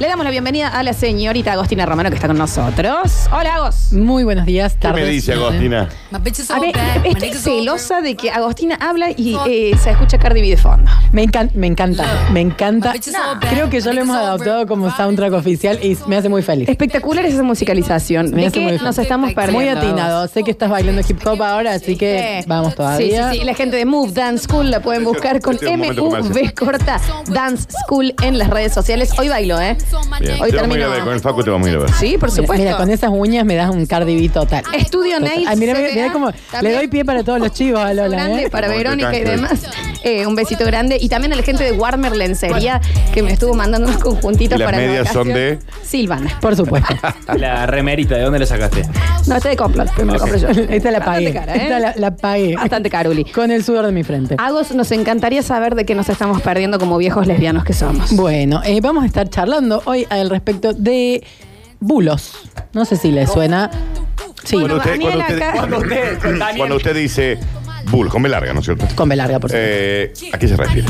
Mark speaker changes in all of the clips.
Speaker 1: Le damos la bienvenida a la señorita Agostina Romano que está con nosotros. Hola, Agos.
Speaker 2: Muy buenos días,
Speaker 3: ¿Qué
Speaker 2: tardes.
Speaker 3: me dice
Speaker 2: noches.
Speaker 3: Agostina?
Speaker 4: My bitch is
Speaker 1: A
Speaker 4: all
Speaker 1: ver,
Speaker 4: bad. My
Speaker 1: estoy
Speaker 4: niggas all
Speaker 1: celosa
Speaker 4: bad.
Speaker 1: de que Agostina habla y eh, se escucha Cardi B de fondo.
Speaker 2: Me, encan- me encanta, me encanta.
Speaker 4: My bitch is all bad.
Speaker 2: Creo que ya lo hemos adaptado como soundtrack oficial y me hace muy feliz.
Speaker 1: Espectacular esa musicalización.
Speaker 2: Me
Speaker 1: ¿De
Speaker 2: hace muy
Speaker 1: qué
Speaker 2: bien.
Speaker 1: nos estamos perdiendo?
Speaker 2: Muy atinado. Sé que estás bailando hip hop ahora, así que
Speaker 1: Sí.
Speaker 2: vamos todavía.
Speaker 1: Sí, sí, sí. La gente de Move Dance School la pueden buscar con
Speaker 3: Este es un momento
Speaker 1: MUV
Speaker 3: comercial.
Speaker 1: corta Dance School en las redes sociales. Hoy bailo, ¿eh?
Speaker 3: Bien.
Speaker 1: Hoy
Speaker 3: te vamos a ir a ver,
Speaker 1: termino.
Speaker 3: con el Facu te vamos a ir a ver.
Speaker 1: Sí, por
Speaker 2: Mira,
Speaker 1: supuesto. Ah,
Speaker 2: mira, con esas uñas me das un Cardi B total.
Speaker 1: Estudio
Speaker 2: Total.
Speaker 1: Nails.
Speaker 2: Ay, mira, mira,
Speaker 1: CBA,
Speaker 2: mira cómo le
Speaker 1: también.
Speaker 2: doy pie para todos los chivos a
Speaker 1: beso
Speaker 2: Lola.
Speaker 1: grande
Speaker 2: ¿eh?
Speaker 1: para
Speaker 3: Como te
Speaker 1: Verónica y
Speaker 3: canto.
Speaker 1: demás. Eh, un besito grande. Y también a la gente de Warmer Lencería, que me estuvo mandando unos conjuntitos
Speaker 3: ¿Y las
Speaker 1: para la
Speaker 3: medias son
Speaker 1: vacación.
Speaker 3: de?
Speaker 1: Silvana.
Speaker 2: Por supuesto.
Speaker 3: Ah.
Speaker 5: La remerita, ¿de dónde la sacaste?
Speaker 1: No, está de complot, pero me lo compré yo.
Speaker 2: Esta la pagué.
Speaker 1: Bastante cara, ¿eh?
Speaker 2: Esta la, la pagué.
Speaker 1: Bastante caruli.
Speaker 2: Con el sudor de mi frente.
Speaker 1: Agos, nos encantaría saber de qué nos estamos perdiendo como viejos lesbianos que somos.
Speaker 2: Bueno, eh, vamos a estar charlando hoy al respecto de bulos. No sé si les suena. Sí,
Speaker 1: Bueno, Daniel acá-
Speaker 5: Cuando usted- Daniel.
Speaker 3: cuando usted dice bull, con B larga, ¿no es cierto?
Speaker 2: con B larga, por supuesto.
Speaker 3: Eh, ¿A qué se refiere?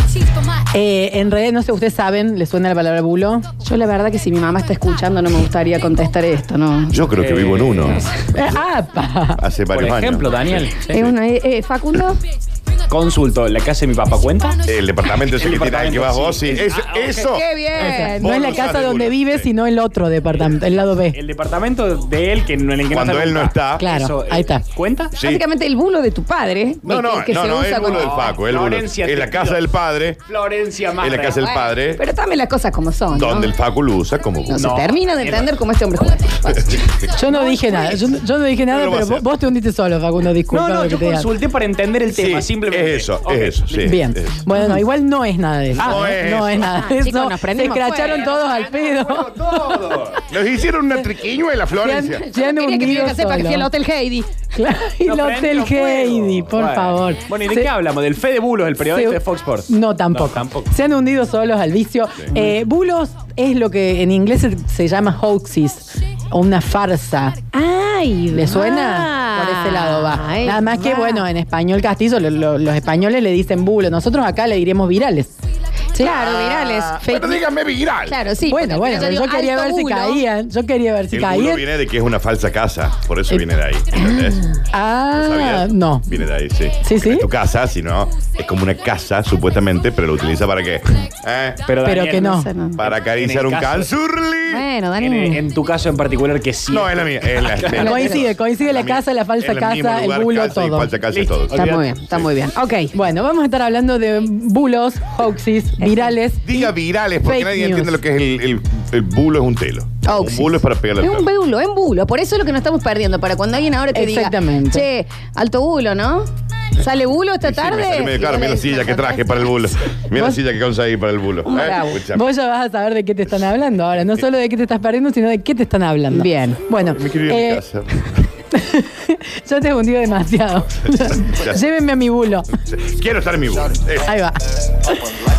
Speaker 2: Eh, en redes, no sé, ustedes saben, ¿les suena la palabra bulo?
Speaker 1: Yo la verdad que si mi mamá está escuchando no me gustaría contestar esto, ¿no?
Speaker 3: Yo creo que
Speaker 5: Eh,
Speaker 3: vivo en uno.
Speaker 2: Eh, ¡apa!
Speaker 3: Hace
Speaker 5: Por
Speaker 3: varios
Speaker 5: ejemplo,
Speaker 3: años.
Speaker 5: Daniel.
Speaker 1: Es una- eh, eh, Facundo,
Speaker 5: Consulto, ¿la casa de mi papá cuenta?
Speaker 3: El departamento ese
Speaker 5: El
Speaker 3: que tiene al que vas vos, sí.
Speaker 5: departamento,
Speaker 3: Eso.
Speaker 5: sí. Ah,
Speaker 3: eso.
Speaker 5: ok.
Speaker 1: qué bien.
Speaker 2: No es la
Speaker 3: Bulo,
Speaker 2: casa
Speaker 3: sabe
Speaker 2: donde
Speaker 3: bulo,
Speaker 2: vive,
Speaker 3: sí.
Speaker 2: sino el otro departamento, el lado B.
Speaker 5: El departamento de él que no en el que
Speaker 3: Cuando él no está.
Speaker 2: Claro, ahí está.
Speaker 5: eh, ¿Cuenta?
Speaker 3: Sí.
Speaker 1: Básicamente el bulo de tu padre.
Speaker 3: No,
Speaker 1: el
Speaker 3: no,
Speaker 1: que- que
Speaker 3: no,
Speaker 1: se
Speaker 3: no,
Speaker 1: usa
Speaker 3: el bulo
Speaker 1: con-
Speaker 3: del Facu, el bulo.
Speaker 5: Florencia,
Speaker 3: En la
Speaker 5: te
Speaker 3: casa
Speaker 5: pido.
Speaker 3: del padre,
Speaker 5: Florencia Marra.
Speaker 3: en la casa del
Speaker 1: Bueno,
Speaker 3: padre,
Speaker 1: Pero dame las cosas como son. ¿no?
Speaker 3: donde el Facu lo usa como
Speaker 1: No,
Speaker 3: bull.
Speaker 1: se
Speaker 5: No.
Speaker 1: termina de entender cómo este hombre juega.
Speaker 2: Yo no dije nada, yo, no- yo no dije nada,
Speaker 3: No lo va a
Speaker 2: pero vos,
Speaker 3: hacer.
Speaker 2: vos te hundiste solo, Facundo, disculpa
Speaker 5: No, no,
Speaker 2: lo que
Speaker 5: yo
Speaker 2: te diga.
Speaker 5: consulté para entender el
Speaker 3: Sí,
Speaker 5: tema,
Speaker 3: es
Speaker 5: simplemente.
Speaker 3: eso,
Speaker 5: Ok.
Speaker 3: es eso, sí.
Speaker 2: Bien,
Speaker 3: Es-
Speaker 2: bueno, no, igual no es nada de eso.
Speaker 3: Eh, Ah,
Speaker 2: ¿eh?
Speaker 3: no
Speaker 2: no
Speaker 3: es
Speaker 2: es nada de
Speaker 1: Ah,
Speaker 2: eso.
Speaker 1: chicos, nos
Speaker 2: Se
Speaker 1: prendimos
Speaker 2: cracharon
Speaker 1: fuego.
Speaker 2: todos al pedo.
Speaker 5: Todo.
Speaker 3: Nos hicieron una triquiñuela, Florencia.
Speaker 2: Se han
Speaker 1: Quería que mi
Speaker 2: hundido
Speaker 1: hija sepa que fui al
Speaker 2: solo.
Speaker 1: Hotel Heidi.
Speaker 2: Claro, y
Speaker 5: No
Speaker 2: el Hotel
Speaker 5: prendió fuego.
Speaker 2: Heidi, por
Speaker 5: Bueno.
Speaker 2: favor.
Speaker 5: Bueno, ¿y de
Speaker 2: Se-
Speaker 5: qué hablamos? ¿Del Fede Bulos, el periodista
Speaker 2: se-
Speaker 5: de Fox Sports?
Speaker 2: No, tampoco.
Speaker 5: No, tampoco.
Speaker 2: Se han hundido solos al vicio. Eh, bulos es lo que en inglés se, se llama hoaxes, o una farsa.
Speaker 1: Ay,
Speaker 2: ¿Le suena?
Speaker 1: Ah.
Speaker 2: Por ese lado va. Nada más que,
Speaker 1: eh,
Speaker 2: bueno, en español castillo lo- lo- los españoles le dicen bulo. Nosotros acá le diremos virales.
Speaker 1: Claro, virales. fake
Speaker 3: Ah, Pero
Speaker 1: news.
Speaker 3: dígame viral.
Speaker 1: Claro, sí.
Speaker 2: bueno,
Speaker 1: porque
Speaker 2: bueno,
Speaker 1: yo
Speaker 2: yo,
Speaker 1: digo,
Speaker 2: quería ver
Speaker 1: alto
Speaker 2: si
Speaker 1: bulo.
Speaker 2: caían. Yo quería ver si
Speaker 3: El bulo
Speaker 2: caían.
Speaker 3: viene de que es una falsa casa, por eso
Speaker 2: Eh,
Speaker 3: viene de ahí. ¿entendés? ¿Lo
Speaker 2: Ah,
Speaker 3: sabías?
Speaker 2: no.
Speaker 3: Viene de ahí, sí.
Speaker 2: Sí, sí.
Speaker 3: Es tu casa, si no, es como una casa, supuestamente, pero lo utiliza para qué? ¿Eh?
Speaker 2: Pero
Speaker 5: Daniel,
Speaker 2: que no.
Speaker 1: No sé, no.
Speaker 3: Para acariciar
Speaker 5: En el
Speaker 3: un
Speaker 5: caso-
Speaker 2: Eh.
Speaker 3: canzurli.
Speaker 1: Bueno,
Speaker 5: En,
Speaker 1: Dani.
Speaker 5: en tu caso en particular, que sí.
Speaker 3: No, es la mía. Es la, es la-
Speaker 2: Coincide, coincide la
Speaker 3: mía.
Speaker 2: casa, la falsa
Speaker 3: Es mismo
Speaker 2: casa, el
Speaker 3: lugar,
Speaker 2: bulo,
Speaker 3: casa y
Speaker 2: todo.
Speaker 3: falsa casa y
Speaker 5: Listo.
Speaker 3: todo.
Speaker 1: Está muy bien, está muy bien. Ok.
Speaker 2: Bueno, vamos a estar hablando de bulos, hoaxes, virales.
Speaker 3: Diga virales, porque
Speaker 2: Fake
Speaker 3: nadie
Speaker 2: news. Oh,
Speaker 3: entiende lo que es el, el- el bulo, es un telo.
Speaker 1: Oxys.
Speaker 3: Un bulo es para pegarle
Speaker 1: Es
Speaker 3: al
Speaker 1: un
Speaker 3: perro.
Speaker 1: bulo, es un bulo. Por eso es lo que nos estamos perdiendo. Para cuando alguien ahora te diga,
Speaker 2: Exactamente.
Speaker 1: che, alto bulo, ¿no? ¿Sale bulo esta
Speaker 3: Sí, me
Speaker 1: tarde?
Speaker 3: salió medio caro,
Speaker 1: Y
Speaker 3: mira la
Speaker 1: vos le
Speaker 3: silla que
Speaker 1: decís,
Speaker 3: traje para el bulo. Mira la
Speaker 2: ¿Vos?
Speaker 3: silla que conseguí para el bulo. ¿eh?
Speaker 1: Bravo.
Speaker 3: Escuchame.
Speaker 2: Vos ya vas a saber de qué te están hablando ahora, no solo de qué te estás perdiendo, sino de qué te están hablando.
Speaker 1: Bien.
Speaker 2: Bueno,
Speaker 3: Me quiero ir a mi
Speaker 2: eh,
Speaker 3: casa.
Speaker 2: yo te he hundido demasiado. Llévenme a mi bulo.
Speaker 3: Quiero estar en mi bulo. Eh,
Speaker 2: Ahí va.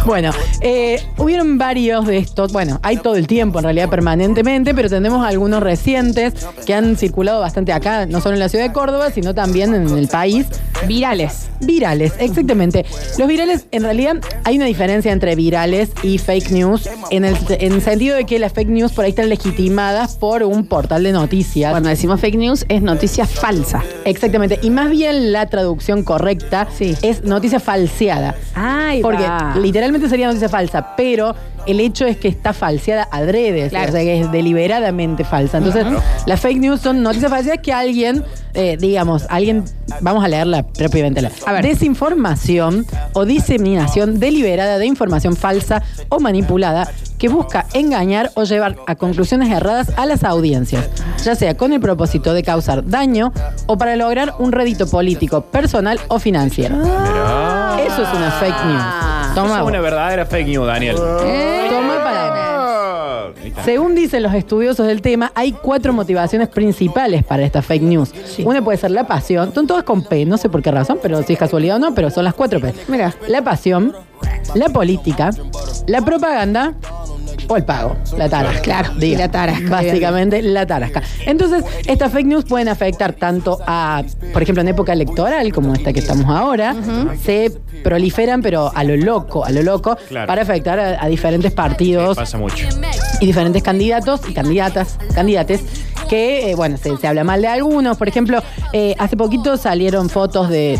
Speaker 2: Bueno, eh, hubieron varios de estos. Bueno, hay todo el tiempo, en realidad, permanentemente, pero tenemos algunos recientes que han circulado bastante acá, no solo en la ciudad de Córdoba, sino también en el país.
Speaker 1: Virales.
Speaker 2: Virales, exactamente. Los virales, en realidad, hay una diferencia entre virales y fake news, en el, en el sentido de que las fake news por ahí están legitimadas por un portal de noticias.
Speaker 1: Cuando decimos fake news es noticia falsa.
Speaker 2: Exactamente, y más bien la traducción correcta
Speaker 1: Sí. Ah.
Speaker 2: es noticia falseada.
Speaker 1: Ay,
Speaker 2: Porque
Speaker 1: va.
Speaker 2: literalmente sería noticia falsa, pero el hecho es que está falseada adrede,
Speaker 1: Claro.
Speaker 2: o sea que es deliberadamente falsa. Entonces, las fake news son noticias falsas que alguien, eh, digamos, alguien, vamos a leerla propiamente. la-
Speaker 1: A ver.
Speaker 2: Desinformación o diseminación deliberada de información falsa o manipulada que busca engañar o llevar a conclusiones erradas a las audiencias, ya sea con el propósito de causar daño o para lograr un rédito político, personal o financiero. Eso es una fake news.
Speaker 5: Ah. Eso
Speaker 2: Toma.
Speaker 5: es una
Speaker 2: vos.
Speaker 5: verdadera fake news, Daniel.
Speaker 1: Eh,
Speaker 2: Toma para. vos.
Speaker 3: ah.
Speaker 2: Según dicen los estudiosos del tema, hay cuatro motivaciones principales para esta fake news. Una puede ser la pasión, son todas con P, no sé por qué razón, pero si es casualidad o no, pero son las cuatro P.
Speaker 1: Mira.
Speaker 2: La pasión, la política, la propaganda o el pago, la tarasca.
Speaker 1: Claro,
Speaker 2: digo.
Speaker 1: y la tarasca,
Speaker 2: Básicamente la tarasca. Entonces, estas fake news pueden afectar tanto a, por ejemplo, en época electoral, como esta que estamos ahora, se proliferan, pero a lo loco, a lo loco,
Speaker 5: Claro.
Speaker 2: para afectar a, a diferentes partidos
Speaker 5: Pasa mucho.
Speaker 2: y diferentes candidatos y candidatas, candidates, que, eh, bueno, se, se habla mal de algunos. Por ejemplo, eh, hace poquito salieron fotos de,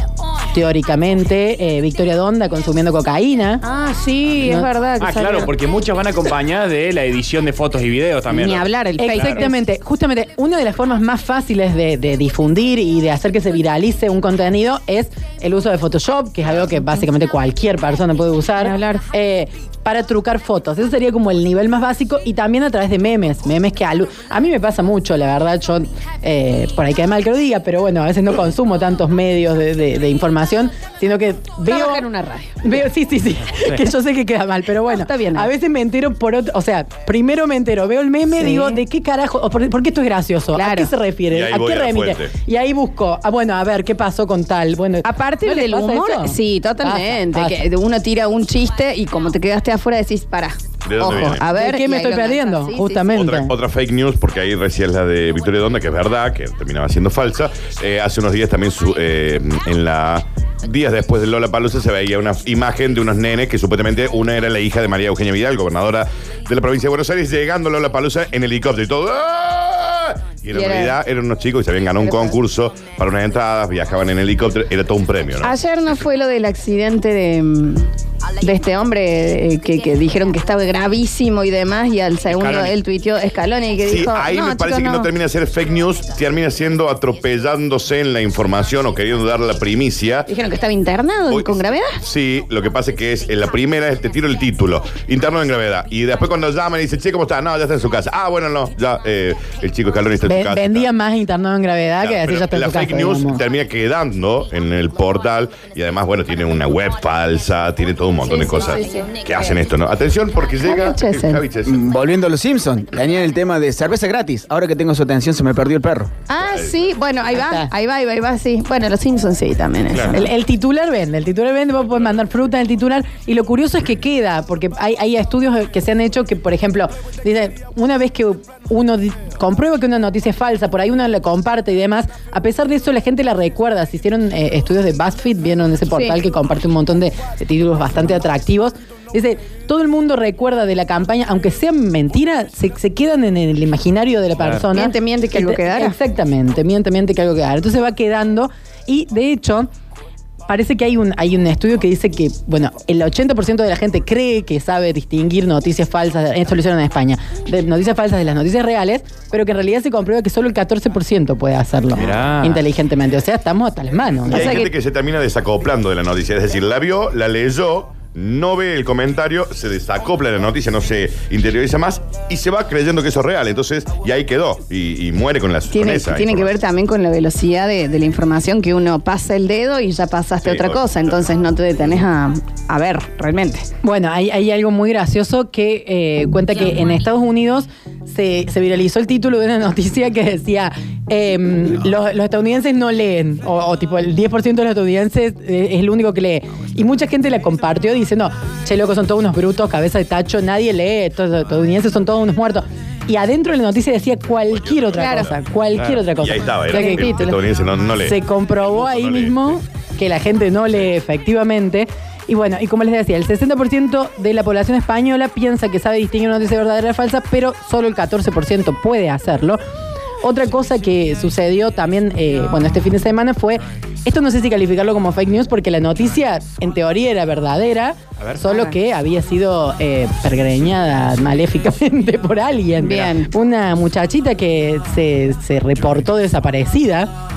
Speaker 2: teóricamente, eh, Victoria Donda consumiendo cocaína.
Speaker 1: Ah, sí,
Speaker 2: No.
Speaker 1: es verdad. que
Speaker 5: Ah,
Speaker 1: salió.
Speaker 5: claro, porque muchas van acompañadas de la edición de fotos y videos también.
Speaker 1: Ni
Speaker 5: ¿no?
Speaker 1: hablar, el fake.
Speaker 2: Exactamente, justamente una de las formas más fáciles de, de difundir y de hacer que se viralice un contenido es el uso de Photoshop, que es algo que básicamente cualquier persona puede
Speaker 1: Ni
Speaker 2: usar
Speaker 1: hablar.
Speaker 2: eh, para trucar fotos. Eso sería como el nivel más básico y también a través de memes, memes que alu- a mí me pasa mucho, la verdad, yo eh, por ahí queda mal que lo diga, pero bueno, a veces no consumo tantos medios de, de- de información, sino que veo...
Speaker 1: Trabaja en una radio. Ah,
Speaker 2: Veo, sí, sí, sí, que yo sé que queda mal, pero bueno,
Speaker 1: Está bien, ¿no?
Speaker 2: a veces Este me entero por otro, o sea, primero me entero, veo el meme,
Speaker 1: Sí.
Speaker 2: digo, ¿de qué carajo? O por, por qué esto es gracioso? ¿A
Speaker 1: Claro.
Speaker 2: qué se refiere?
Speaker 3: Y ahí
Speaker 2: ¿A
Speaker 3: voy
Speaker 2: qué
Speaker 3: a la
Speaker 2: remite?
Speaker 3: fuente.
Speaker 2: Y ahí busco, ah, bueno, a ver, ¿qué pasó con tal? Bueno,
Speaker 1: Aparte
Speaker 2: ¿no les
Speaker 1: del
Speaker 2: pasa
Speaker 1: humor,
Speaker 2: eso?
Speaker 1: sí, totalmente.
Speaker 2: Pasa, pasa.
Speaker 1: que uno tira un chiste y como te quedaste afuera decís, para.
Speaker 3: ¿De dónde
Speaker 1: Ojo,
Speaker 3: viene?
Speaker 1: a ver.
Speaker 2: ¿De qué
Speaker 1: y
Speaker 2: me
Speaker 1: ahí
Speaker 2: estoy
Speaker 1: lo enganchas.
Speaker 2: perdiendo?
Speaker 1: Sí, sí,
Speaker 2: Justamente.
Speaker 3: Otra, otra fake news, porque ahí recién la de Victoria Donda, que es verdad, que terminaba siendo falsa. Eh, hace unos días también su- eh, en la. Días después de Lola Palusa se veía una imagen de unos nenes que supuestamente una era la hija de María Eugenia Vidal, gobernadora de la provincia de Buenos Aires, llegando a Lola Palusa en helicóptero y todo. ¡Ah! Y en
Speaker 1: Y era-
Speaker 3: realidad eran unos chicos que se habían ganado un concurso para unas entradas, viajaban en helicóptero, era todo un premio, ¿no?
Speaker 1: Ayer no fue lo del accidente de, mm, de este hombre eh, que, que dijeron que estaba gravísimo y demás, y al segundo
Speaker 5: Scaloni.
Speaker 1: él tuiteó Scaloni y que
Speaker 3: Sí,
Speaker 1: dijo.
Speaker 3: ahí me parece
Speaker 1: chicos,
Speaker 3: que no. termina de ser fake news, termina siendo atropellándose en la información o queriendo dar la primicia.
Speaker 1: Dijeron que estaba internado
Speaker 3: Hoy-
Speaker 1: con gravedad.
Speaker 3: Sí, lo que pasa es que es en la primera es, te tiro el título, interno en gravedad. Y después cuando llaman y dicen, che, ¿cómo está? No, ya está en su casa. Ah, bueno, no, ya eh, el chico Escalón está en
Speaker 2: Ve-
Speaker 3: su casa.
Speaker 2: vendía más internado en gravedad
Speaker 3: Claro,
Speaker 2: que decir
Speaker 3: pero
Speaker 2: ya está en
Speaker 3: la
Speaker 2: tu
Speaker 3: fake
Speaker 2: casa,
Speaker 3: news
Speaker 2: digamos.
Speaker 3: termina quedando en el portal y además, bueno, tiene una web falsa, tiene todo un montón de cosas que hacen esto, ¿no? Atención porque llega eh,
Speaker 1: Javi Chesel.
Speaker 3: Javi Chesel.
Speaker 4: Mm, Volviendo a los Simpsons, Daniel, el tema de cerveza gratis. Ahora que tengo su atención, se me perdió el perro.
Speaker 1: Ah, sí, bueno, ahí va,
Speaker 2: está.
Speaker 1: ahí va, ahí va, ahí va, sí. Bueno, los Simpsons sí también. eh, eso.
Speaker 2: El, el titular vende, el titular vende, vos podés mandar fruta en el titular. Y lo curioso es que queda, porque hay, hay estudios que se han hecho que, por ejemplo, dicen, una vez que uno di- comprueba que una noticia es falsa, por ahí uno la comparte y demás, a pesar de eso la gente la recuerda. Se hicieron eh, estudios de BuzzFeed, vieron ese portal
Speaker 1: Sí.
Speaker 2: que comparte un montón de, de títulos bastante atractivos. Dice, todo el mundo recuerda de la campaña, aunque sean mentiras, se, se quedan en el imaginario de la persona.
Speaker 1: Miente, miente, que
Speaker 2: Y
Speaker 1: algo
Speaker 2: te-
Speaker 1: quedara.
Speaker 2: Exactamente, miente, miente que algo quedara. Entonces va quedando y de hecho parece que hay un, hay un estudio que dice que, bueno, el 80% de la gente cree que sabe distinguir noticias falsas, esto lo hicieron en España, de noticias falsas de las noticias reales, pero que en realidad se comprueba que solo el 14% puede hacerlo
Speaker 5: Mirá.
Speaker 2: inteligentemente. O sea, estamos hasta las manos.
Speaker 3: Y
Speaker 2: ¿no?
Speaker 3: hay
Speaker 1: sea
Speaker 3: gente que...
Speaker 1: que-
Speaker 3: se termina desacoplando de la noticia. Es decir, la vio, la leyó, no ve el comentario, se desacopla de la noticia, no se interioriza más y se va creyendo que eso es real. Entonces, y ahí quedó. Y, y muere con, las,
Speaker 1: Tiene,
Speaker 3: con esa.
Speaker 1: tiene que ver
Speaker 3: información.
Speaker 1: también con la velocidad de, de la información que uno pasa el dedo y ya pasaste
Speaker 3: Sí,
Speaker 1: otra
Speaker 3: obvio.
Speaker 1: cosa, entonces no te detenés a, a ver realmente.
Speaker 2: Bueno, hay, hay algo muy gracioso que eh, cuenta que en Estados Unidos se, se viralizó el título de una noticia que decía em, los, los estadounidenses no leen, o, o tipo el 10% de los estadounidenses eh, es el único que lee. Y mucha gente la compartió diciendo, che, loco, son todos unos brutos, cabeza de tacho, nadie lee, todos los estadounidenses son todos unos muertos. Y adentro de la noticia decía cualquier otra
Speaker 1: Claro.
Speaker 2: cosa, cualquier otra cosa.
Speaker 3: Y ahí estaba,
Speaker 2: O
Speaker 3: era
Speaker 2: sea que-
Speaker 3: el estadounidense, no, no lee.
Speaker 2: se comprobó
Speaker 3: Incluso
Speaker 2: ahí
Speaker 3: no lee,
Speaker 2: mismo que la gente no lee efectivamente. Y bueno, y como les decía, el 60% de la población española piensa que sabe distinguir una noticia verdadera de falsa, pero solo el 14% puede hacerlo. Otra cosa que sucedió también, eh, bueno, este fin de semana fue, esto no sé si calificarlo como fake news, porque la noticia en teoría era verdadera, solo que había sido eh, pergreñada maléficamente por alguien.
Speaker 1: Bien.
Speaker 2: Una muchachita que se, se reportó desaparecida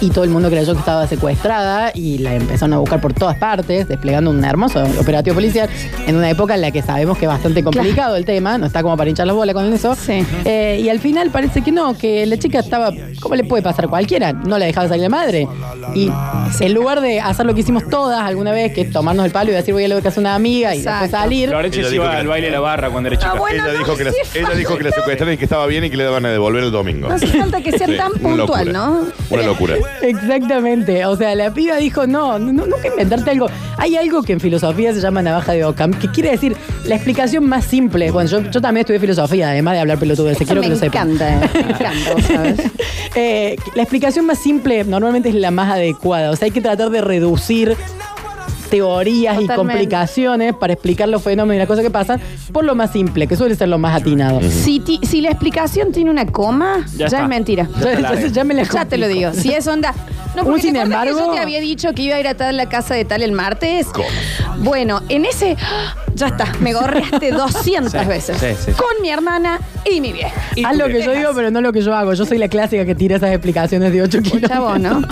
Speaker 2: y todo el mundo creyó que estaba secuestrada y la empezaron a buscar por todas partes, desplegando un hermoso operativo policial en una época en la que sabemos que es bastante complicado el tema, no está como para hinchar las bolas con eso.
Speaker 1: Sí.
Speaker 2: Eh, y al final parece que no, que la chica estaba, ¿cómo le puede pasar a cualquiera? No la dejaba salir la madre. Y en lugar de hacer lo que hicimos todas alguna vez, que es tomarnos el palo y decir voy a lo que hace una amiga y después
Speaker 1: Exacto.
Speaker 2: salir.
Speaker 5: Florencia
Speaker 3: Ella
Speaker 5: se
Speaker 3: dijo
Speaker 5: iba
Speaker 3: que
Speaker 5: al
Speaker 3: la-
Speaker 5: baile de la barra cuando era chica.
Speaker 1: bueno,
Speaker 3: ella,
Speaker 1: no,
Speaker 3: dijo que la,
Speaker 1: sí,
Speaker 3: ella dijo que la secuestraron y que estaba bien y que le daban a devolver el domingo.
Speaker 1: No hace falta que sea
Speaker 3: Sí,
Speaker 1: tan
Speaker 3: una
Speaker 1: puntual,
Speaker 3: locura.
Speaker 1: ¿no?
Speaker 3: Una locura.
Speaker 2: Exactamente. O sea, la piba dijo, no, no, nunca inventarte algo. Hay algo que en filosofía se llama navaja de Ockham, que quiere decir la explicación más simple. Bueno, yo, yo también estudié filosofía, además de hablar pelotudeces,
Speaker 1: Eso
Speaker 2: quiero
Speaker 1: me
Speaker 2: que lo sepan.
Speaker 1: encanta, me encanta, vos ¿sabes?
Speaker 2: Eh, la explicación más simple normalmente es la más adecuada. O sea, hay que tratar de reducir teorías
Speaker 1: Totalmente.
Speaker 2: y complicaciones para explicar los fenómenos y las cosas que pasan por lo más simple, que suele ser lo más atinado.
Speaker 1: Si, ti- si la explicación tiene una coma, ya,
Speaker 5: Ya está.
Speaker 1: es mentira.
Speaker 5: Ya
Speaker 2: Entonces,
Speaker 5: largo.
Speaker 2: ya me la
Speaker 1: Ya te lo
Speaker 2: complico.
Speaker 1: digo. Si es onda. No,
Speaker 2: Un
Speaker 1: porque
Speaker 2: sin
Speaker 1: ¿te acordás que
Speaker 2: embargo-
Speaker 1: Yo te había dicho que iba a ir a tal la casa de tal el martes.
Speaker 3: ¿Cómo?
Speaker 1: Bueno, en ese. Ya está. Me gorreaste 200
Speaker 5: Sí,
Speaker 1: veces.
Speaker 5: sí, sí.
Speaker 1: Con mi hermana y mi vieja.
Speaker 2: Haz lo que yo digo, pero no lo que yo hago. Yo soy la clásica que tira esas explicaciones de 8 kilos.
Speaker 1: Chavo, ¿no?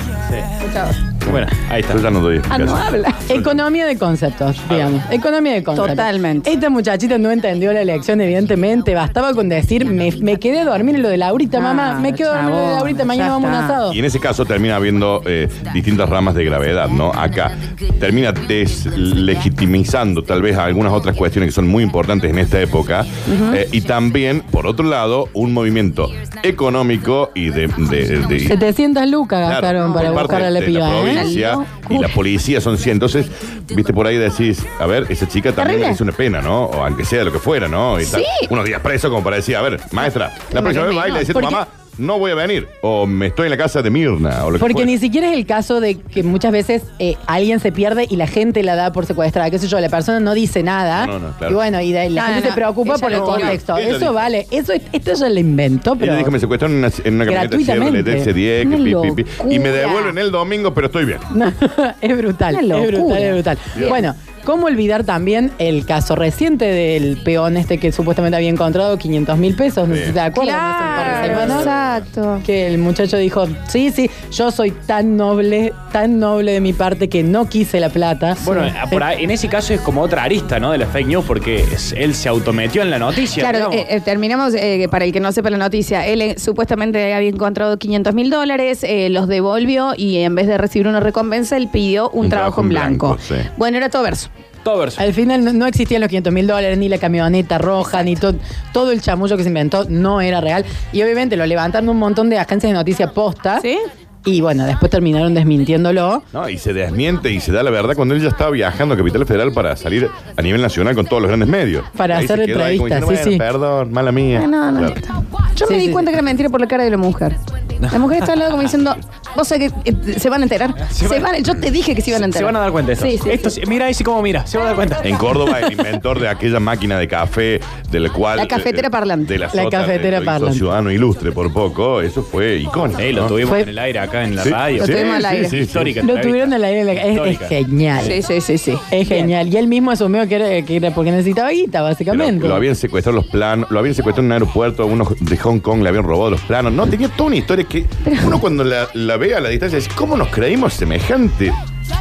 Speaker 5: Bueno, ahí está.
Speaker 3: Yo ya no doy
Speaker 1: Ah, no
Speaker 3: explicación.
Speaker 1: habla.
Speaker 2: Economía de conceptos, digamos. Economía de conceptos.
Speaker 1: Totalmente.
Speaker 2: Esta muchachita no entendió la elección, evidentemente. Bastaba con decir, me, me quedé a dormir en lo de Laurita, mamá. Me quedo a dormir en lo de Laurita,
Speaker 1: Chabón,
Speaker 2: mañana
Speaker 1: ya
Speaker 2: vamos a un
Speaker 1: está.
Speaker 2: asado.
Speaker 3: Y en ese caso termina habiendo eh, distintas ramas de gravedad, ¿no? Acá termina deslegitimizando tal vez algunas otras cuestiones que son muy importantes en esta época. Eh, y también, por otro lado, un movimiento económico y de... de- de-
Speaker 2: 700 lucas
Speaker 3: Claro,
Speaker 2: gastaron
Speaker 3: por
Speaker 2: para
Speaker 3: parte
Speaker 2: buscar a la
Speaker 3: de
Speaker 2: piba. ¿eh?
Speaker 3: provincia y la policía son 100. Entonces, viste, por ahí decís, a ver, esa chica también
Speaker 1: Terrible.
Speaker 3: es una pena, ¿no? O aunque sea lo que fuera, ¿no? Y tal. Unos días preso como para decir, a ver, maestra, la próxima vez va a ir a decir a tu
Speaker 2: Porque-
Speaker 3: mamá, no voy a venir. O me estoy en la casa de Mirna. O lo que
Speaker 2: Porque
Speaker 3: fuera.
Speaker 2: ni siquiera es el caso de que muchas veces eh, alguien se pierde y la gente la da por secuestrada, qué sé yo, la persona no dice nada.
Speaker 3: No, no, no, claro.
Speaker 2: Y bueno, y de- la
Speaker 1: No,
Speaker 2: gente
Speaker 1: no, no.
Speaker 2: se preocupa
Speaker 1: Ella
Speaker 2: por el
Speaker 1: lo-
Speaker 2: contexto.
Speaker 3: Ella
Speaker 2: Eso
Speaker 3: dijo.
Speaker 2: vale, eso esto ya lo inventó,
Speaker 3: Ella
Speaker 2: pero
Speaker 3: dijo, me secuestraron en una, en una camioneta
Speaker 2: Gratuitamente.
Speaker 3: Chevrolet S10, que
Speaker 1: Una
Speaker 3: pi, pi, pi, y me
Speaker 1: locura.
Speaker 3: devuelven el domingo, pero estoy bien.
Speaker 2: No, es brutal,
Speaker 1: Una
Speaker 2: es
Speaker 1: locura.
Speaker 2: brutal, es brutal. Bueno, ¿cómo olvidar también el caso reciente del peón este que supuestamente había encontrado 500 mil pesos? No sé si
Speaker 3: Sí.
Speaker 2: te acuerdas. hace un par de
Speaker 1: Claro,
Speaker 2: semanas.
Speaker 1: exacto.
Speaker 2: Que el muchacho dijo, sí, sí, yo soy tan noble, tan noble de mi parte que no quise la plata.
Speaker 5: Bueno,
Speaker 2: Sí.
Speaker 5: a- por ahí- en ese caso es como otra arista, ¿no? De la fake news, porque es- él se autometió en la noticia.
Speaker 1: Claro,
Speaker 5: digamos.
Speaker 1: eh, eh, terminamos, eh, para el que no sepa la noticia, él eh, supuestamente había encontrado 500 mil dólares, eh, los devolvió y en vez de recibir una recompensa, él pidió un, trabajo, en blanco.
Speaker 3: sí.
Speaker 1: Bueno, era todo verso.
Speaker 5: Todo verso.
Speaker 2: Al final no, no existían los 500 mil dólares, ni la camioneta roja, ni to- todo el chamullo que se inventó no era real. Y obviamente lo levantaron un montón de agencias de noticias posta.
Speaker 1: ¿Sí?
Speaker 2: Y bueno, después terminaron desmintiéndolo.
Speaker 3: No, y se desmiente y se da la verdad cuando él ya estaba viajando a Capital Federal para salir a nivel nacional con todos los grandes medios.
Speaker 2: Para
Speaker 3: Ahí se
Speaker 2: hacer
Speaker 3: quedó ahí como
Speaker 2: entrevistas,
Speaker 3: diciendo,
Speaker 2: sí,
Speaker 3: "Bueno, Perdón, mala mía.
Speaker 1: Ah, no, no,
Speaker 3: Claro.
Speaker 1: no. Yo me
Speaker 2: Sí,
Speaker 1: di
Speaker 2: sí.
Speaker 1: cuenta que era mentira por la cara de la mujer. La mujer está al lado como diciendo, vos sabés que eh, se van a enterar. Se
Speaker 5: van-
Speaker 1: van a- yo te dije que se iban a enterar.
Speaker 5: Se van a dar cuenta de eso.
Speaker 1: Sí, sí,
Speaker 5: Esto
Speaker 1: sí.
Speaker 5: sí- Mira ahí sí cómo mira, se van a dar cuenta.
Speaker 3: En Córdoba, el inventor de aquella máquina de café, de la cual.
Speaker 1: La cafetera
Speaker 3: eh,
Speaker 1: parlante.
Speaker 3: De la,
Speaker 2: La
Speaker 3: sota,
Speaker 2: cafetera
Speaker 3: eh, lo hizo
Speaker 2: parlante.
Speaker 3: ciudadano ilustre por poco, eso fue icónico.
Speaker 5: Eh, lo
Speaker 3: ¿no?
Speaker 5: tuvimos
Speaker 2: Fue-
Speaker 5: en el aire acá en la
Speaker 3: Sí,
Speaker 5: radio.
Speaker 1: Lo
Speaker 3: sí,
Speaker 1: tuvimos al
Speaker 3: sí,
Speaker 1: aire.
Speaker 3: sí, sí.
Speaker 5: Histórica.
Speaker 2: Lo tuvieron en la aire. Es,
Speaker 5: Histórica.
Speaker 2: genial.
Speaker 1: Sí, sí, sí, sí.
Speaker 2: Es genial. Y él mismo asumió que era, que era porque necesitaba guita,
Speaker 3: Pero
Speaker 2: básicamente.
Speaker 3: lo habían secuestrado los planos, lo habían secuestrado en un aeropuerto, unos de Hong Kong le habían robado los planos. No, tenía toda una historia que uno cuando la, la ve a la distancia dice, ¿cómo nos creímos semejante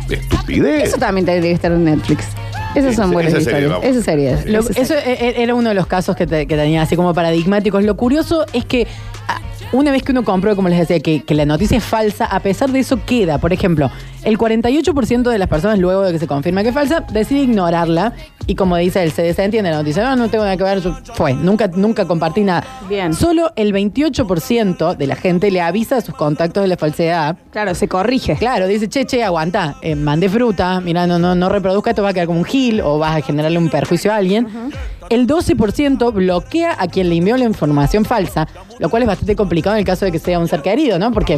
Speaker 3: estupidez?
Speaker 1: Eso también debe estar en Netflix. Esas
Speaker 3: Sí,
Speaker 1: son
Speaker 3: sí,
Speaker 1: buenas
Speaker 3: esa serie,
Speaker 1: historias.
Speaker 3: vamos.
Speaker 1: Esas series.
Speaker 2: Lo-
Speaker 1: esas
Speaker 2: eso e- e- era uno de los casos que, te- que tenía así como paradigmáticos. Lo curioso es que a- una vez que uno comprueba, como les decía, que, que la noticia es falsa, a pesar de eso queda. Por ejemplo, el 48% de las personas, luego de que se confirma que es falsa, decide ignorarla. Y como dice el CDC, entiende la noticia. No, no tengo nada que ver, yo- fue. Nunca, nunca compartí nada.
Speaker 1: Bien.
Speaker 2: Solo el 28% de la gente le avisa a sus contactos de la falsedad.
Speaker 1: Claro, se corrige.
Speaker 2: Claro, dice, che, che, aguanta, eh, mande fruta, mira, no, no, no reproduzca esto, va a quedar como un gil o vas a generarle un perjuicio a alguien. El 12% bloquea a quien le envió la información falsa, lo cual es bastante complicado en el caso de que sea un ser querido, ¿no? Porque,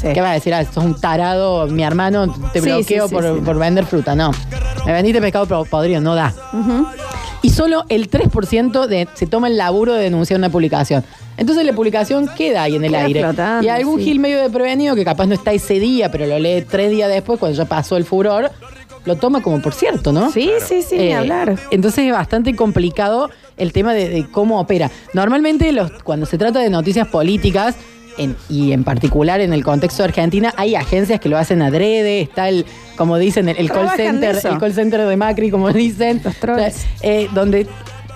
Speaker 1: Sí.
Speaker 2: ¿qué va a decir? Ah, sos un tarado, mi hermano, te
Speaker 1: Sí,
Speaker 2: bloqueo
Speaker 1: sí, sí,
Speaker 2: por,
Speaker 1: sí.
Speaker 2: por vender fruta, no. Me vendiste pescado po- podrido, no da. Y solo el 3% de, se toma el laburo de denunciar una publicación. Entonces la publicación queda ahí en el
Speaker 1: Queda
Speaker 2: aire.
Speaker 1: flotando,
Speaker 2: y algún
Speaker 1: sí.
Speaker 2: gil medio de prevenido que capaz no está ese día, pero lo lee tres días después, cuando ya pasó el furor, lo toma como por cierto, ¿no?
Speaker 1: Sí, sí, sí, ni
Speaker 2: Eh,
Speaker 1: hablar.
Speaker 2: Entonces es bastante complicado el tema de, de cómo opera. Normalmente los, cuando se trata de noticias políticas, en- y en particular en el contexto de Argentina, hay agencias que lo hacen adrede, está el, como dicen, el, el call
Speaker 1: Trabajan de
Speaker 2: center,
Speaker 1: eso.
Speaker 2: el call center de Macri, como dicen.
Speaker 1: Los trolls.
Speaker 2: Eh, donde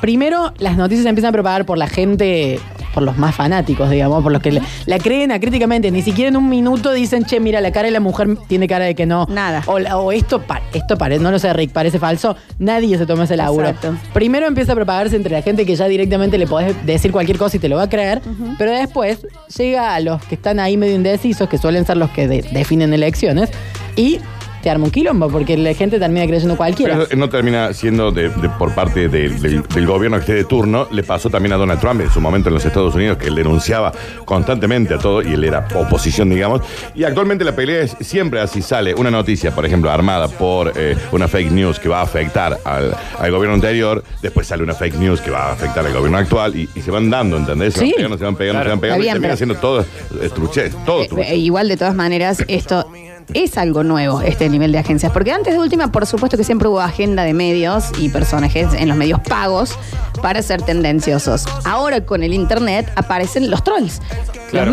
Speaker 2: primero las noticias se empiezan a propagar por la gente, por los más fanáticos, digamos, por los que la, la creen acríticamente. Ni siquiera en un minuto dicen, che, mira, la cara de la mujer tiene cara de que no.
Speaker 1: Nada.
Speaker 2: O, la- o esto, pa- esto parece, no lo sé, Rick, parece falso. Nadie se toma ese laburo.
Speaker 1: Exacto.
Speaker 2: Primero empieza a propagarse entre la gente que ya directamente le podés decir cualquier cosa y te lo va a creer, pero después llega a los que están ahí medio indecisos, que suelen ser los que de- definen elecciones, y te arma un quilombo, porque la gente termina creyendo cualquiera.
Speaker 3: Pero eso no termina siendo de- de- por parte del- del- del gobierno que esté de turno. Le pasó también a Donald Trump en su momento en los Estados Unidos, que él denunciaba constantemente a todo y él era oposición, digamos. Y actualmente la pelea es siempre así: sale una noticia, por ejemplo, armada por eh, una fake news que va a afectar al, al gobierno anterior, después sale una fake news que va a afectar al gobierno actual y, y se van dando, ¿entendés? Se van
Speaker 1: Sí.
Speaker 3: pegando, se van pegando,
Speaker 5: Claro.
Speaker 3: se van pegando
Speaker 1: Está
Speaker 3: y termina
Speaker 1: bien,
Speaker 3: siendo todo eh, truchés, todo
Speaker 1: Eh,
Speaker 3: truchés.
Speaker 1: eh, igual, de todas maneras, esto es algo nuevo, este nivel de agencias. Porque antes de última, por supuesto que siempre hubo agenda de medios y personajes en los medios pagos para ser tendenciosos. Ahora con el internet aparecen los trolls,
Speaker 5: Claro.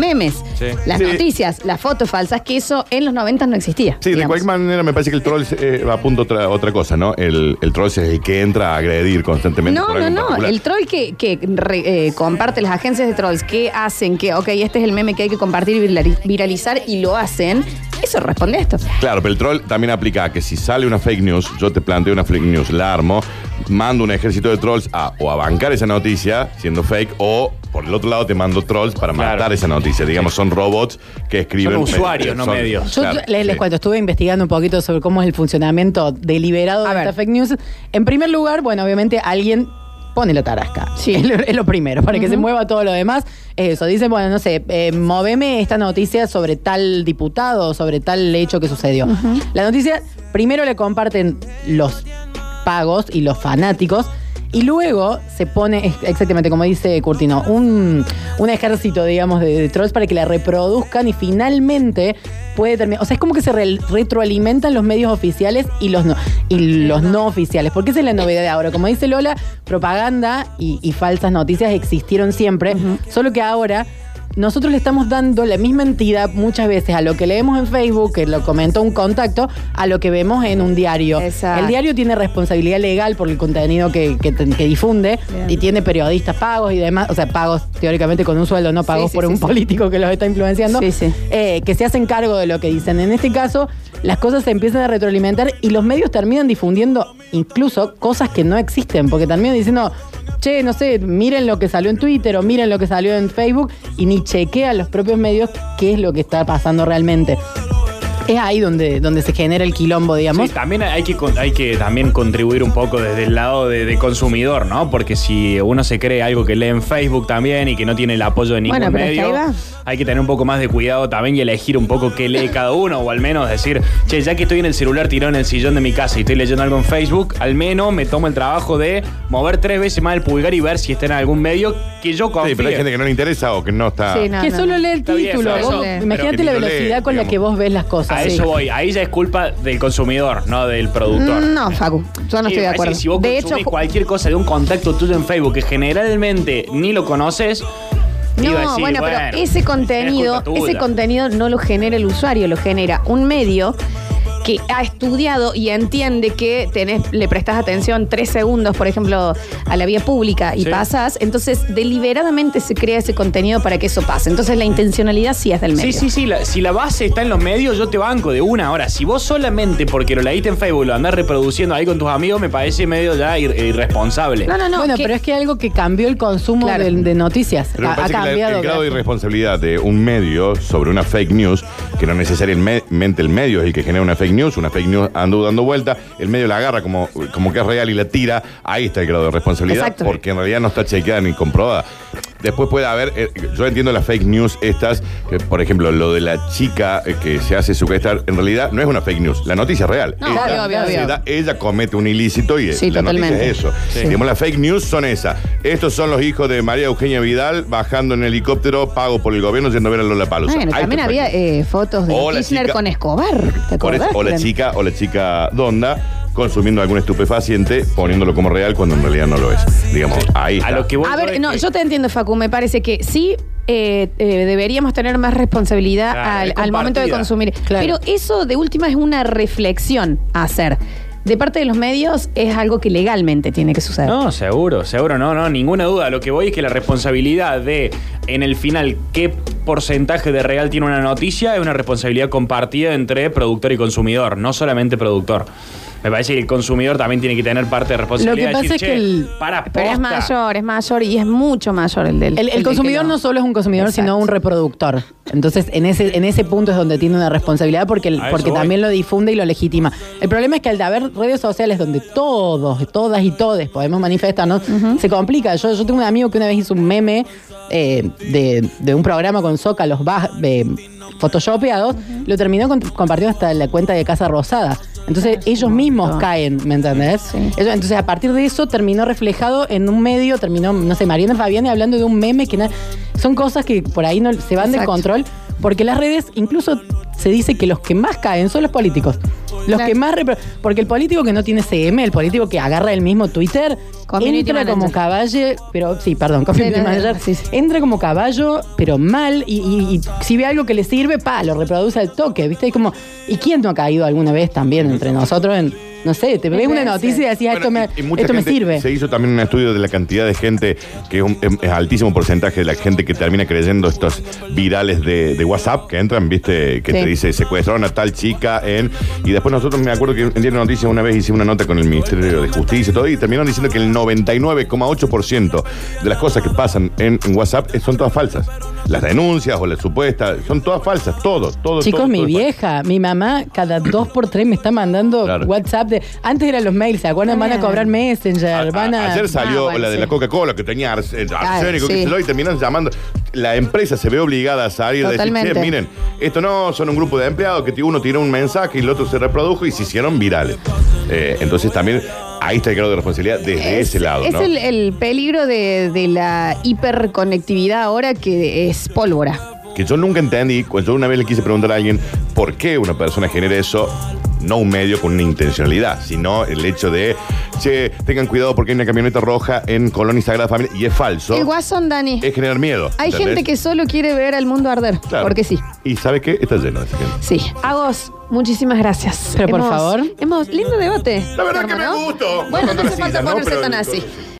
Speaker 1: los memes,
Speaker 5: Sí.
Speaker 1: las
Speaker 3: Sí.
Speaker 1: noticias, las fotos falsas, que eso en los 90 no existía.
Speaker 3: Sí, de
Speaker 1: digamos.
Speaker 3: cualquier manera me parece que el troll eh, apunta otra, otra cosa, ¿no? El, el troll es el que entra a agredir constantemente.
Speaker 1: No,
Speaker 3: por
Speaker 1: no,
Speaker 3: algo en
Speaker 1: no.
Speaker 3: particular.
Speaker 1: El troll que, que re- eh, comparte las agencias de trolls, que hacen que, ok, este es el meme que hay que compartir y virali- viralizar y lo hacen, eso responde a esto.
Speaker 3: Claro, pero el troll también aplica a que si sale una fake news, yo te planteo una fake news, la armo, mando un ejército de trolls a, o a bancar esa noticia siendo fake, o por el otro lado te mando trolls para
Speaker 5: Claro.
Speaker 3: matar esa noticia. Digamos, son robots que escriben.
Speaker 5: Son usuarios, no medios.
Speaker 2: Yo
Speaker 3: claro,
Speaker 2: tu- les, les
Speaker 3: sí.
Speaker 2: cuento, estuve investigando un poquito sobre cómo es el funcionamiento deliberado
Speaker 1: A
Speaker 2: de
Speaker 1: ver.
Speaker 2: esta fake news. En primer lugar, bueno, obviamente alguien pone la tarasca.
Speaker 1: Sí.
Speaker 2: Es, lo, es lo primero, para que se mueva todo lo demás. Es eso, dicen, bueno, no sé, eh, moveme esta noticia sobre tal diputado, sobre tal hecho que sucedió. La noticia primero le comparten los pagos y los fanáticos. Y luego se pone, ex- exactamente como dice Curtino, un, un ejército, digamos, de, de trolls para que la reproduzcan y finalmente puede terminar. O sea, es como que se re- retroalimentan los medios oficiales y los no, y los no oficiales. Porque esa es la novedad de ahora. Como dice Lola, propaganda y, y falsas noticias existieron siempre. Solo que ahora nosotros le estamos dando la misma entidad muchas veces a lo que leemos en Facebook, que lo comentó un contacto, a lo que vemos en un diario.
Speaker 1: Exacto.
Speaker 2: El diario tiene responsabilidad legal por el contenido que, que- que difunde
Speaker 1: Bien.
Speaker 2: y tiene periodistas pagos y demás, o sea, pagos teóricamente con un sueldo, no pagos
Speaker 1: sí,
Speaker 2: por
Speaker 1: sí,
Speaker 2: un
Speaker 1: sí.
Speaker 2: político que los está influenciando,
Speaker 1: Sí, sí.
Speaker 2: eh, que se hacen cargo de lo que dicen. En este caso, las cosas se empiezan a retroalimentar y los medios terminan difundiendo incluso cosas que no existen, porque terminan diciendo, che, no sé, miren lo que salió en Twitter o miren lo que salió en Facebook y ni chequean los propios medios qué es lo que está pasando realmente. Es ahí donde, donde se genera el quilombo, digamos.
Speaker 5: Sí, también hay que, con- hay que también contribuir un poco desde el lado de, de consumidor, ¿no? Porque si uno se cree algo que lee en Facebook también y que no tiene el apoyo de ningún
Speaker 1: Bueno, pero es que
Speaker 5: medio,
Speaker 1: ahí va.
Speaker 5: hay que tener un poco más de cuidado también y elegir un poco qué lee cada uno, o al menos decir, che, ya que estoy en el celular tirado en el sillón de mi casa y estoy leyendo algo en Facebook, al menos me tomo el trabajo de mover tres veces más el pulgar y ver si está en algún medio que yo confíe.
Speaker 3: Sí, pero hay gente que no le interesa o que no está.
Speaker 1: Sí, no.
Speaker 2: que solo lee el
Speaker 5: Está bien,
Speaker 2: título.
Speaker 1: eso,
Speaker 2: Vos-
Speaker 1: eso,
Speaker 2: imagínate
Speaker 3: pero-
Speaker 2: la
Speaker 3: que lo lee,
Speaker 2: velocidad con la
Speaker 3: digamos.
Speaker 2: que vos ves las cosas.
Speaker 5: A
Speaker 2: sí.
Speaker 5: eso voy, ahí ya es culpa del consumidor, no del productor.
Speaker 1: No, Facu, yo no estoy
Speaker 5: Sí,
Speaker 1: de
Speaker 5: me parece
Speaker 1: acuerdo.
Speaker 5: que Si vos
Speaker 1: de hecho,
Speaker 5: consumís cualquier cosa de un contacto tuyo en Facebook que generalmente ni lo conoces,
Speaker 1: no,
Speaker 5: iba a decir,
Speaker 1: bueno, pero ese
Speaker 5: es
Speaker 1: contenido,
Speaker 5: culpa tuya.
Speaker 1: ese contenido no lo genera el usuario, lo genera un medio que ha estudiado y entiende que tenés, le prestás atención tres segundos, por ejemplo, a la vía pública y
Speaker 5: Sí.
Speaker 1: pasás, entonces deliberadamente se crea ese contenido para que eso pase. Entonces la intencionalidad sí es del medio.
Speaker 5: Sí, sí, sí. la- si la base está en los medios, yo te banco de una. Ahora, si vos solamente porque lo leíste en Facebook lo andás reproduciendo ahí con tus amigos, me parece medio ya ir- eh, irresponsable.
Speaker 1: No, no, no.
Speaker 2: bueno,
Speaker 1: que-
Speaker 2: pero es que algo que cambió el consumo
Speaker 1: Claro.
Speaker 2: del- de, noticias. ha,
Speaker 3: Pero me
Speaker 1: Ah,
Speaker 2: ha
Speaker 3: parece que la-
Speaker 2: cambiado.
Speaker 3: el grado de
Speaker 2: gracias.
Speaker 3: irresponsabilidad de un medio sobre una fake news, que no necesariamente el medio es el que genera una fake news, una fake news anda dando vuelta, el medio la agarra como, como que es real y la tira, ahí está el grado de responsabilidad,
Speaker 1: Exacto.
Speaker 3: porque en realidad no está chequeada ni comprobada. Después puede haber, eh, yo entiendo las fake news estas, que por ejemplo lo de la chica eh, que se hace sugestar, en realidad no es una fake news, la noticia es real.
Speaker 1: No, obvio, obvio,
Speaker 3: se
Speaker 1: obvio.
Speaker 3: da- ella comete un ilícito y eh,
Speaker 1: Sí,
Speaker 3: la
Speaker 1: totalmente.
Speaker 3: noticia es eso.
Speaker 5: Sí.
Speaker 3: Digamos, las fake news son esas. Estos son los hijos de María Eugenia Vidal bajando en helicóptero, pago por el gobierno, yendo a ver a Lola Palusa.
Speaker 1: Bueno, también había eh, fotos de
Speaker 3: O la
Speaker 1: Kirchner
Speaker 3: chica-
Speaker 1: con Escobar. ¿Te acordás?
Speaker 3: o la
Speaker 1: Eran-
Speaker 3: chica, o la chica donda, consumiendo algún estupefaciente, poniéndolo como real cuando en realidad no lo es. Digamos, ahí.
Speaker 5: A
Speaker 3: está.
Speaker 5: lo que vos
Speaker 1: A ver,
Speaker 5: ves
Speaker 1: no,
Speaker 5: que-
Speaker 1: yo te entiendo, Facu. Me parece que sí eh, eh, deberíamos tener más responsabilidad
Speaker 5: Claro,
Speaker 1: al,
Speaker 5: es
Speaker 1: al momento de
Speaker 5: compartida.
Speaker 1: consumir.
Speaker 2: Claro.
Speaker 1: Pero eso de última es una reflexión a hacer. de parte de los medios es algo que legalmente tiene que suceder.
Speaker 5: No, seguro, seguro, no, no, ninguna duda. Lo que voy es que la responsabilidad de, en el final, qué porcentaje de real tiene una noticia es una responsabilidad compartida entre productor y consumidor, no solamente productor. Me parece que el consumidor también tiene que tener parte de responsabilidad.
Speaker 2: pasa
Speaker 5: de
Speaker 2: es que el-
Speaker 5: para
Speaker 1: Pero es
Speaker 5: posta".
Speaker 1: mayor, es mayor y es mucho mayor el del.
Speaker 2: El, el
Speaker 1: del que
Speaker 2: consumidor no. solo es un consumidor, sino
Speaker 1: Exacto.
Speaker 2: un reproductor. Entonces, en ese, en ese punto es donde tiene una responsabilidad porque, el-
Speaker 5: A eso
Speaker 2: porque
Speaker 5: voy.
Speaker 2: también lo difunde y lo legitima. El problema es que al haber redes sociales donde todos, todas y todes podemos manifestarnos, se complica. Yo, yo tengo un amigo que una vez hizo un meme eh, de, de un programa con zócalos baj- eh, photoshopeados, lo terminó con- compartiendo hasta la cuenta de Casa Rosada. Entonces, ellos mismos
Speaker 1: montón.
Speaker 2: caen, ¿me entendés?
Speaker 1: Sí.
Speaker 2: Ellos- Entonces, a partir de eso terminó reflejado en un medio, terminó, no sé, Mariana Fabiani hablando de un meme que na- son cosas que por ahí no se van de
Speaker 1: Exacto.
Speaker 2: control, porque las redes incluso se dice que los que más caen son los políticos. Los
Speaker 1: Claro.
Speaker 2: que más repro- porque el político que no tiene CM, el político que agarra el mismo Twitter,
Speaker 1: Community
Speaker 2: entra
Speaker 1: manager.
Speaker 2: como caballo, pero sí, perdón, community
Speaker 1: Sí, no, no,
Speaker 2: manager,
Speaker 1: sí, sí.
Speaker 2: entra como caballo, pero mal, y, y- y si ve algo que le sirve, pa, lo reproduce al toque, ¿viste? Y como, ¿y quién no ha caído alguna vez también entre nosotros en, no sé, te ves una
Speaker 1: veces.
Speaker 2: noticia y decís, "Ah, esto,
Speaker 3: Bueno,
Speaker 2: me,
Speaker 3: y- y mucha
Speaker 2: esto me
Speaker 3: gente-
Speaker 2: sirve.
Speaker 3: Se hizo también un estudio de la cantidad de gente, que es un em, es- es altísimo porcentaje de la gente que termina creyendo estos virales de, de WhatsApp que entran, viste, que
Speaker 1: Sí.
Speaker 3: te dice secuestraron a tal chica en. Y después nosotros me acuerdo que en Diario Noticias una vez hicimos una nota con el Ministerio de Justicia y todo, y terminaron diciendo que el 99,8% de las cosas que pasan en, en WhatsApp eh, son todas falsas. Las denuncias o las supuestas, son todas falsas, todo, todo.
Speaker 2: Chicos,
Speaker 3: todo,
Speaker 2: mi
Speaker 3: todo es falso.
Speaker 2: vieja, mi mamá, cada dos por tres me está mandando
Speaker 3: Claro.
Speaker 2: WhatsApp de. Antes eran los mails, ¿se acuerdan? Van a
Speaker 1: Claro.
Speaker 2: cobrar Messenger,
Speaker 3: A-
Speaker 2: van
Speaker 3: a-
Speaker 2: a.
Speaker 3: ayer salió
Speaker 1: Ah, bueno,
Speaker 3: la de
Speaker 1: sí.
Speaker 3: la Coca-Cola que tenía ars- eh,
Speaker 1: Ah,
Speaker 3: arsénico, qué
Speaker 1: sí.
Speaker 3: sé yo, y terminan llamando. La empresa se ve obligada a salir a decir,
Speaker 1: Totalmente.
Speaker 3: "Che, miren, esto no, son un grupo de empleados que t- uno tiró un mensaje y el otro se reprodujo y se hicieron virales. Eh, entonces también ahí está el grado de responsabilidad desde
Speaker 1: Es-
Speaker 3: ese lado,
Speaker 1: Es
Speaker 3: ¿no?
Speaker 1: el, el peligro de, de la hiperconectividad ahora que es pólvora.
Speaker 3: Que yo nunca entendí, cu- yo una vez le quise preguntar a alguien por qué una persona genera eso, no un medio con una intencionalidad, sino el hecho de, che, tengan cuidado porque hay una camioneta roja en Colón y Sagrada Familia, y es falso.
Speaker 1: El guasón, Dani.
Speaker 3: Es generar miedo.
Speaker 1: Hay
Speaker 3: Eh, ¿entendés?
Speaker 1: gente que solo quiere ver al mundo arder.
Speaker 3: Claro.
Speaker 1: Porque sí.
Speaker 3: ¿Y sabe qué? Está lleno de esa gente.
Speaker 1: Sí. Agos, muchísimas gracias.
Speaker 2: Pero por favor.
Speaker 1: Hemos, lindo debate.
Speaker 3: La verdad que me
Speaker 1: hermano.
Speaker 3: gustó.
Speaker 1: Bueno,
Speaker 3: No
Speaker 1: no
Speaker 3: tanto
Speaker 1: hace
Speaker 3: la silla,
Speaker 1: falta
Speaker 3: ¿no?
Speaker 1: ponerse
Speaker 3: Pero
Speaker 1: tan
Speaker 3: el-
Speaker 1: así.